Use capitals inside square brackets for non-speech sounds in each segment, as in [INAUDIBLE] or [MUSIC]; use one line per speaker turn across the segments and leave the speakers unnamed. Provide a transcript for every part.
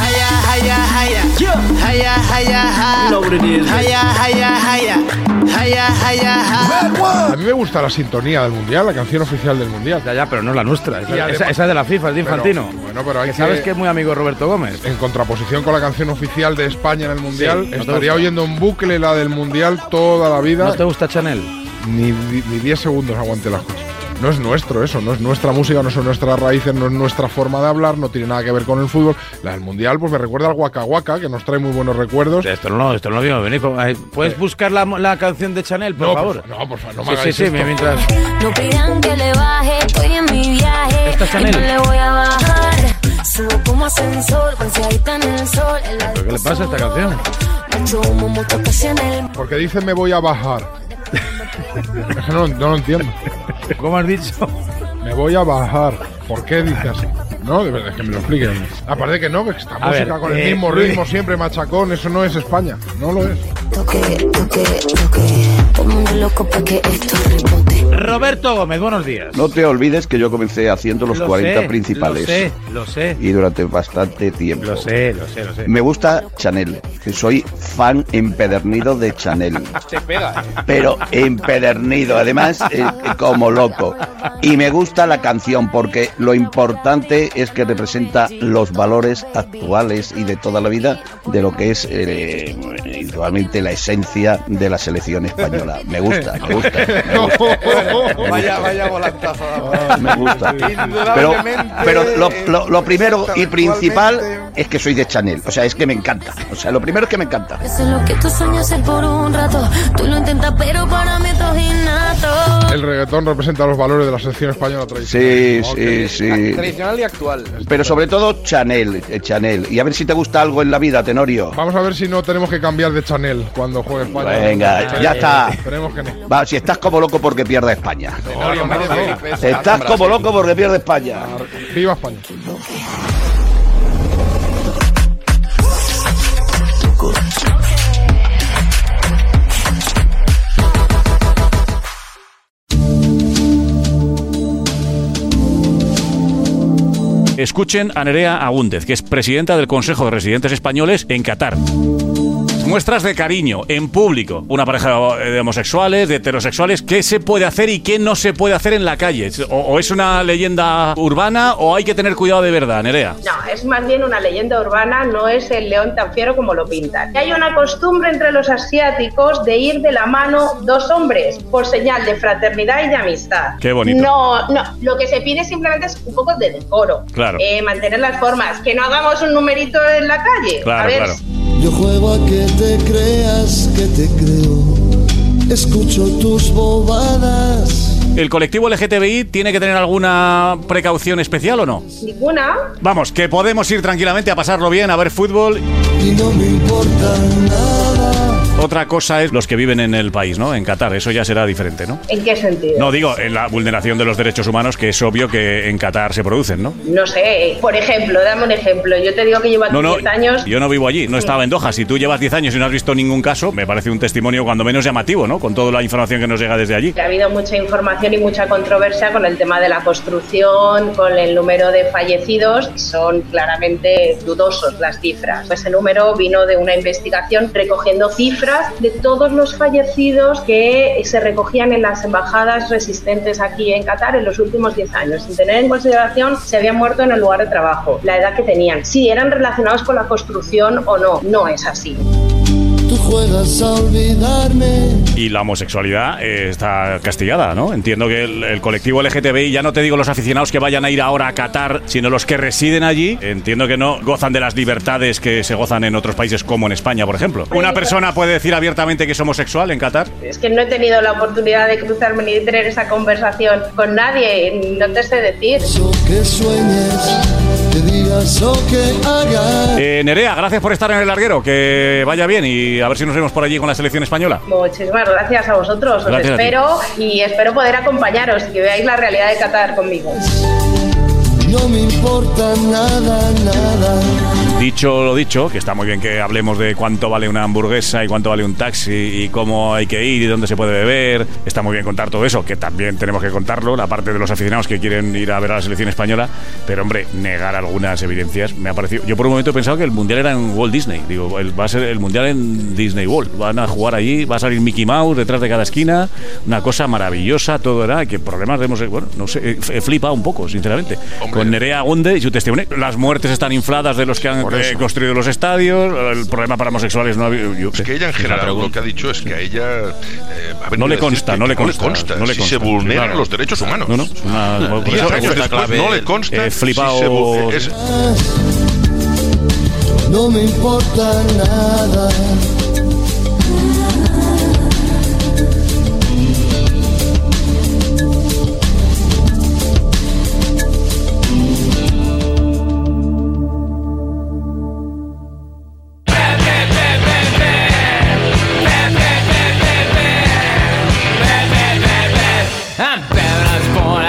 Hiya, hiya, hiya.
Yeah.
Hiya, hiya, hiya.
You know what it is, man.
Hiya, hiya, hiya. Hiya, hiya, hiya.
A mí me gusta la sintonía del mundial, la canción oficial del mundial.
Ya, ya, pero no es la nuestra. Esa,
Y además-
esa- esa es de la FIFA, es de
Pero,
Infantino.
bueno, pero hay
que
que-
sabes que es muy amigo Roberto Gómez.
En contraposición con la canción oficial de España en el mundial,
Sí, no te
estaría
gusta.
oyendo en bucle la del mundial toda la vida.
¿No te gusta Chanel?
ni, ni- ni 10 segundos aguante la escucha. No es nuestro eso, no es nuestra música, no son nuestras raíces, no es nuestra forma de hablar, no tiene nada que ver con el fútbol. La del mundial, pues me recuerda al Waka Waka, que nos trae muy buenos recuerdos.
Esto no, esto no lo vimos venir. Ay, ¿Puedes buscar la, la canción de Chanel, por
no,
favor?
fa- no, por favor, no me
sí, sí,
hagáis
sí,
esto.
mientras.
No pidan que le baje, estoy en mi viaje.
Esta es
y
Chanel.
no le voy a bajar. Solo como ascensor, paseadita en el sol. en la
¿Pero qué le pasa a esta canción?
Mucho humo, mucho casi en el
Porque dice me voy a bajar. [LAUGHS] Es que no, no lo entiendo.
¿Cómo has dicho?
Me voy a bajar. ¿Por qué dice así? No, de verdad, que me lo expliquen. Aparte que no, que esta
A
música
ver,
con el
eh,
mismo
Luis.
ritmo siempre, machacón, eso no es España. No lo es.
toque, toque, toque. Ponme loco porque esto rebote.
Roberto Gómez, buenos días.
No te olvides que yo comencé haciendo los
Lo
40
sé,
principales
Lo sé, lo sé.
y durante bastante tiempo.
Lo sé, lo sé, lo sé.
Me gusta Chanel, que soy fan empedernido de
[LAUGHS]
Chanel.
¿eh?
Pero empedernido, además, eh, eh, como loco. Y me gusta la canción porque lo importante es que representa los valores actuales y de toda la vida de lo que es eh, realmente la esencia de la selección española. Me gusta, me gusta.
[LAUGHS]
Me gusta.
Vaya, vaya volantazo.
me gusta. Pero,
[LAUGHS] Indudablemente,
pero lo, lo- lo primero y
actualmente-
principal es que soy de Chanel. O sea, es que me encanta. O sea, lo primero es que me encanta.
Eso es lo que tú sueñas es por un rato. Tú lo intentas, pero para mí esto es innato.
El reggaetón representa los valores de la selección española tradicional.
Sí,
Ok.
sí, sí.
Tradicional y actual.
Pero sobre todo Chanel, eh, Chanel. Y a ver si te gusta algo en la vida, Tenorio.
Vamos a ver si no tenemos que cambiar de Chanel cuando juegue España.
Venga, ya está.
Esperemos que no.
Va, si estás como loco porque pierde España.
Tenorio,
Hombre,
no, no.
Felipe,
Estás como loco porque pierde España.
Viva España.
Escuchen a Nerea Agúndez, que es presidenta del Consejo de Residentes Españoles en Qatar. Muestras de cariño en público. Una pareja eh, de homosexuales, de heterosexuales. ¿Qué se puede hacer y qué no se puede hacer en la calle? O, o es una leyenda urbana o hay que tener cuidado de verdad, Nerea?
No, es más bien una leyenda urbana, no es el león tan fiero como lo pintan. Y Hay una costumbre entre los asiáticos de ir de la mano dos hombres por señal de fraternidad y de amistad.
Qué bonito.
No, no, lo que se pide simplemente es un poco de decoro.
Claro.
Eh, mantener las formas, que no hagamos un numerito en la calle.
Claro,
a ver,
claro.
Yo juego a que te creas que te creo. Escucho tus bobadas.
¿El colectivo LGTBI tiene que tener alguna precaución especial o no?
ninguna.
Vamos, que podemos ir tranquilamente a pasarlo bien, a ver fútbol.
Y no me importa nada.
Otra cosa es los que viven en el país, ¿no? En Qatar, eso ya será diferente, ¿no?
¿En qué sentido?
No, digo, en la vulneración de los derechos humanos que es obvio que en Qatar se producen, ¿no?
No sé, por ejemplo, dame un ejemplo. Yo te digo que llevo aquí
No, no,
10 años.
yo no vivo allí, no estaba en Doha. Si tú llevas 10 años y no has visto ningún caso, me parece un testimonio cuando menos llamativo, ¿no? Con toda la información que nos llega desde allí.
Ha habido mucha información y mucha controversia con el tema de la construcción, con el número de fallecidos. Son claramente dudosos las cifras. Ese número vino de una investigación recogiendo cifras de todos los fallecidos que se recogían en las embajadas resistentes aquí en Qatar en los últimos 10 años, sin tener en consideración si habían muerto en el lugar de trabajo, la edad que tenían, si eran relacionados con la construcción o no. No es así.
Tú juegas a olvidarme.
Y la homosexualidad eh, está castigada, ¿no? Entiendo que el, el colectivo LGTBI, ya no te digo los aficionados que vayan a ir ahora a Qatar, sino los que residen allí, entiendo que no gozan de las libertades que se gozan en otros países como en España, por ejemplo. ¿Una persona puede decir abiertamente que es homosexual en Qatar?
Es que no he tenido la oportunidad de cruzarme ni de tener esa conversación con nadie, no te sé decir.
Que sueñes, que digas o que hagas.
Eh, Nerea, gracias por estar en el larguero, que vaya bien y a ver si nos vemos por allí con la selección española.
Muchísimas gracias a vosotros, os
Gracias a ti.
espero y espero poder acompañaros y que veáis la realidad de Qatar conmigo.
No me importa nada, nada.
Dicho lo dicho, que está muy bien que hablemos de cuánto vale una hamburguesa y cuánto vale un taxi y cómo hay que ir y dónde se puede beber. Está muy bien contar todo eso, que también tenemos que contarlo, la parte de los aficionados que quieren ir a ver a la selección española. Pero hombre, negar algunas evidencias me ha parecido. Yo por un momento he pensado que el mundial era en Walt Disney. Digo, el- va a ser el mundial en Disney World. Van a jugar allí, va a salir Mickey Mouse detrás de cada esquina. Una cosa maravillosa, todo era. Que problemas hemos. Bueno, no sé, eh, f- he flipado un poco, sinceramente. Con Nerea Agunde y su testimonio. Las muertes están infladas de los que han
Por
eh,
eso.
construido los estadios. El problema para homosexuales no ha habido. yo-
Es que ella en general
Una
lo que ha dicho es que a ella eh, ha venido
No le
a decir
consta,
que
no le consta, no le
si
consta,
se vulneran
claro.
los derechos humanos.
No, no, una- por
Diez
eso-
años
esa
después
clave- eh,
no le consta
he
si
flipado-
se vu- es-
No me importa nada.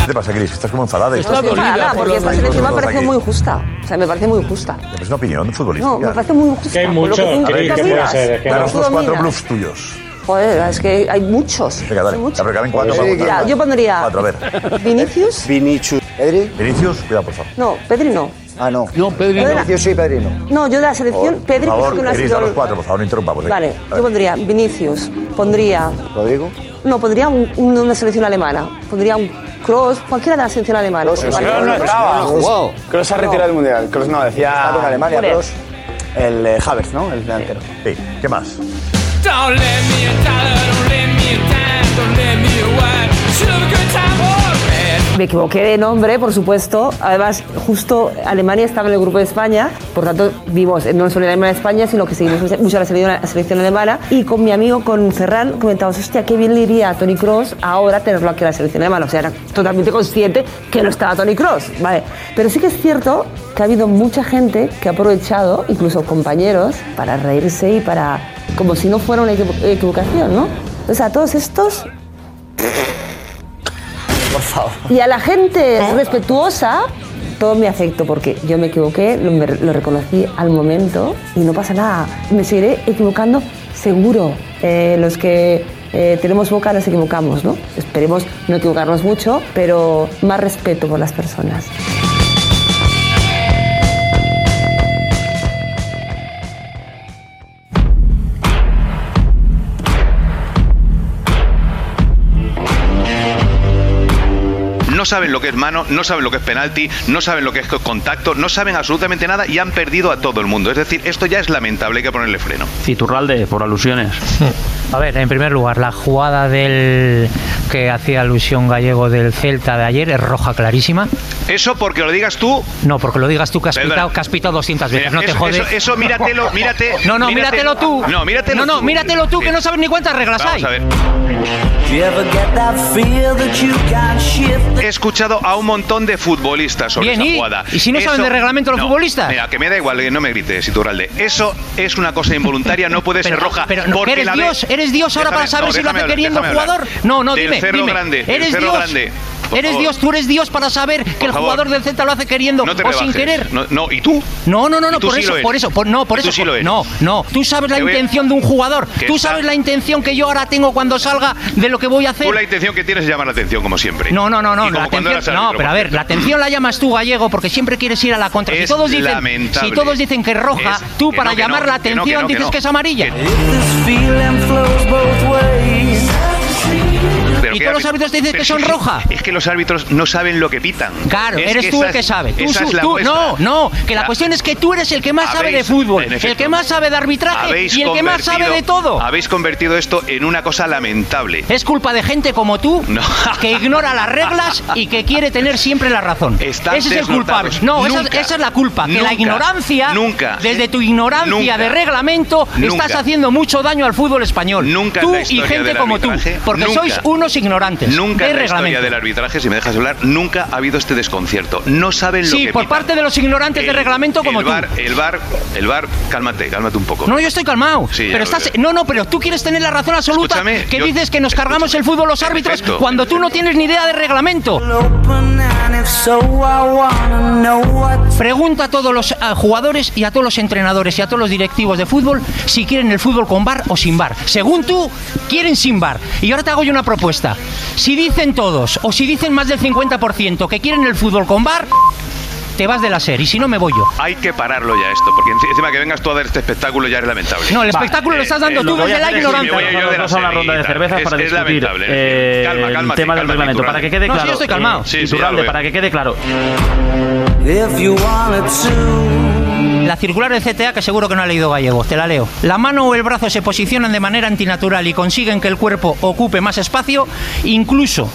¿Qué te pasa, Cris? Estás como enfadada.
No estoy enfadada porque esta selección me parece muy injusta. O sea, me parece muy injusta.
Es una opinión futbolística.
No, me parece muy injusta.
Que hay
por lo
muchos,
tú-
que hay- que
tú
puede
dominas,
ser, es que
por lo
no.
tú
Los cuatro
dominas.
bluffs tuyos.
Joder, es que hay muchos.
Venga, dale. Ya, pero caben cuatro
Sí,
para
mira,
votar.
yo pondría-
Cuatro, a ver.
¿Vinicius?
Vinicius. ¿Pedri? Vinicius, cuidado, por favor.
No, Pedri no.
Ah, no. No, Pedri
no. Vinicius
sí, Pedri no.
No, yo de la selección, Pedri,
por favor,
creo que no ha
Cris,
sido.
a los cuatro, por favor, no interrumpamos. ¿eh? venga.
Vale,
A
yo
ver.
pondría Vinicius, pondría.
¿Rodrigo?
No, pondría un, un- una selección alemana. Pondría un Cross, cualquiera de la selección alemana. Vale.
Wow. Kroos se ha retirado
No.
del mundial. Kroos no, decía.
Está con Alemania,
Müller.
Kroos.
El eh, Havertz, ¿no? El delantero.
Sí. ¿Qué más?
Don't let me in dollar, don't let me in dime, don't let me in wine. Should have a good time, alright.
Me equivoqué de nombre, por supuesto. Además, justo Alemania estaba en el grupo de España. Por tanto, vimos eh, no solo Alemania España, sino que seguimos mucho a la selección, a la selección alemana. Y con mi amigo, con Ferran, comentamos, hostia, qué bien le iría a Tony Cross ahora tenerlo aquí en la selección alemana. O sea, era totalmente consciente que no estaba Tony Cross. Vale. Pero sí que es cierto que ha habido mucha gente que ha aprovechado, incluso compañeros, para reírse y para. como si no fuera una equivo- equivocación, ¿no? O sea, todos estos
Por favor.
Y a la gente respetuosa, todo mi afecto, porque yo me equivoqué, lo, me- lo reconocí al momento y no pasa nada. Me seguiré equivocando seguro. Eh, los que eh, tenemos boca nos equivocamos, ¿no? Esperemos no equivocarnos mucho, pero más respeto por las personas.
No saben lo que es mano, no saben lo que es penalti, no saben lo que es contacto, no saben absolutamente nada y han perdido a todo el mundo. Es decir, esto ya es lamentable, hay que ponerle freno.
Citurralde, por alusiones. A ver, en primer lugar, la jugada del que hacía alusión gallego del Celta de ayer es roja clarísima.
Eso porque lo digas tú.
No, porque lo digas tú que has
Perdona.
pitado, que has pitado 200 veces, no te
eso,
jodes.
Eso, eso míratelo, mírate.
[LAUGHS] No, no, míratelo tú.
No, míratelo
No, no,
tú.
míratelo tú, que no sabes ni cuántas reglas
Vamos
hay.
a ver. He escuchado a un montón de futbolistas sobre
Bien,
esa
¿y?
jugada.
¿Y si no saben de reglamento los futbolistas?
Mira, que me da igual, que no me grites, Iturralde. Eso es una cosa involuntaria, no puede
[LAUGHS]
ser
Pero-
roja.
pero no,
porque
eres
la ve-
Dios, eres Dios ahora para saber si lo hace
déjame hablar,
queriendo
déjame hablar.
jugador. No, no,
Del
dime,
Cerro
dime.
Grande, del
Eres
Cerro
Dios.
Grande. Por
Eres
favor.
Dios, tú eres Dios para saber que el
favor.
jugador del Celta lo hace queriendo
No te
o sin
rebajes.
querer.
No, no, ¿y tú?
No, no, no,
Y
no,
tú
por
sí lo
eso,
eres.
por eso, por- no, por
Y tú
eso,
sí lo eres.
no, no. Tú sabes la
Te voy a-
intención de un jugador.
Que
Tú
está-
sabes la intención que yo ahora tengo cuando salga de lo que voy a hacer.
Tú la intención que tienes es llamar la atención, como siempre.
No, no, no,
Y
no.
como
La
cuando
atención,
eras árbitro,
no, pero a
por
ver,
cierto.
la atención la llamas tú, gallego, porque siempre quieres ir a la contra.
Es
si todos dicen,
lamentable.
si todos dicen que es roja,
Es-
tú
que
para
no, que
llamar
no,
la
que no,
atención
que no, que
dices
no.
que es amarilla.
Pero
¿Y
qué
todos los
haces?
árbitros te dicen
Pero
que son
sí, sí.
roja?
Es que los árbitros no saben lo que pitan.
Claro,
Es
eres tú el
esa
que
es-
sabe. Tú,
esa
su-
es la
tú-
vuestra.
no, no, que la
La-
cuestión es que tú eres el que más sabe de
Habéis-
fútbol,
en
el
efecto.
que más sabe de arbitraje
Habéis
y el que más sabe de
convertido-
todo.
Habéis convertido esto en una cosa lamentable.
Es culpa de gente como tú
No. [LAUGHS]
que ignora las reglas y que quiere tener siempre la razón.
Están
Ese es el culpable.
desnotados.
No, esa,
Nunca,
esa es la culpa. Que
nunca,
la ignorancia,
nunca,
desde tu ignorancia
nunca,
de reglamento,
nunca.
estás haciendo mucho daño al fútbol español.
Nunca en
tú
la
y
historia
gente
del
como tú.
arbitraje,
Porque
nunca,
sois unos ignorantes.
Nunca
de
en la
reglamento.
historia del arbitraje, si me dejas hablar, nunca ha habido este desconcierto. No saben lo
sí,
que
por
pitan.
parte de los ignorantes de
El-
reglamento como
el bar,
tú.
El bar, el bar, cálmate, cálmate un poco.
No, yo estoy calmado.
Sí, ya
pero
lo
estás.
veo.
No, no, pero tú quieres tener la razón absoluta.
Escúchame,
que
yo-
dices que nos cargamos el fútbol los árbitros
perfecto,
cuando tú no tienes ni idea de reglamento. Pregunta a todos los ah, jugadores y a todos los entrenadores y a todos los directivos de fútbol si quieren el fútbol con bar o sin bar. Según tú, quieren sin bar. Y ahora te hago yo una propuesta. Si dicen todos o si dicen más del 50% que quieren el fútbol con bar, te vas de la serie. Y si no, me voy yo.
Hay que pararlo ya esto, porque enci- encima que vengas tú a dar este espectáculo ya es lamentable.
No, el espectáculo
eh,
lo estás dando tú
voy a
desde la
hacer es-
ignorancia.
me voy a yo de la
Vamos a una ronda de
seriedad.
cervezas
Es-
para
es
discutir
lamentable,
eh,
calma,
el
calma,
tema del
calma,
reglamento.
Iturralde.
Para que quede
No, sí,
claro.
yo estoy calmado.
eh,
Sí, sí, ya lo
Iturralde,
veo.
para que quede claro.
La circular del CTA, que seguro que no ha leído gallego, te la leo. La mano o el brazo se posicionan de manera antinatural y consiguen que el cuerpo ocupe más espacio, incluso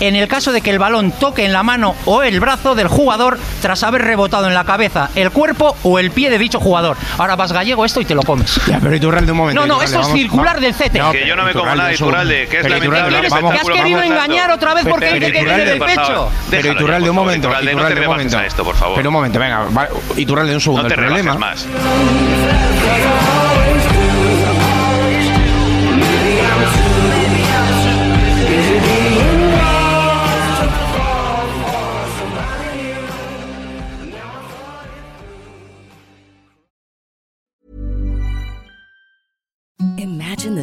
en el caso de que el balón toque en la mano o el brazo del jugador tras haber rebotado en la cabeza, el cuerpo o el pie de dicho jugador. Ahora vas gallego esto y te lo comes.
Ya, pero Iturralde, un momento.
No, no,
Iturralde,
esto es
vamos-
circular
va-
del CT.
Que yo no me como nada,
un segundo.
Iturralde, que es
Pero
lamentable,
Iturralde,
que
vamos-
has
vamos-
querido
vamos-
engañar otra vez porque
Pero
dice que viene
Iturralde,
del
por favor.
pecho.
Pero
Déjalo ya,
Iturralde,
por
un
favor,
momento.
Iturralde, no te
Iturralde, un
rebajes
momento.
a esto, por favor.
Pero un momento, venga. va- Iturralde, un segundo.
No te
el
rebajes
problema.
más.
Imagine the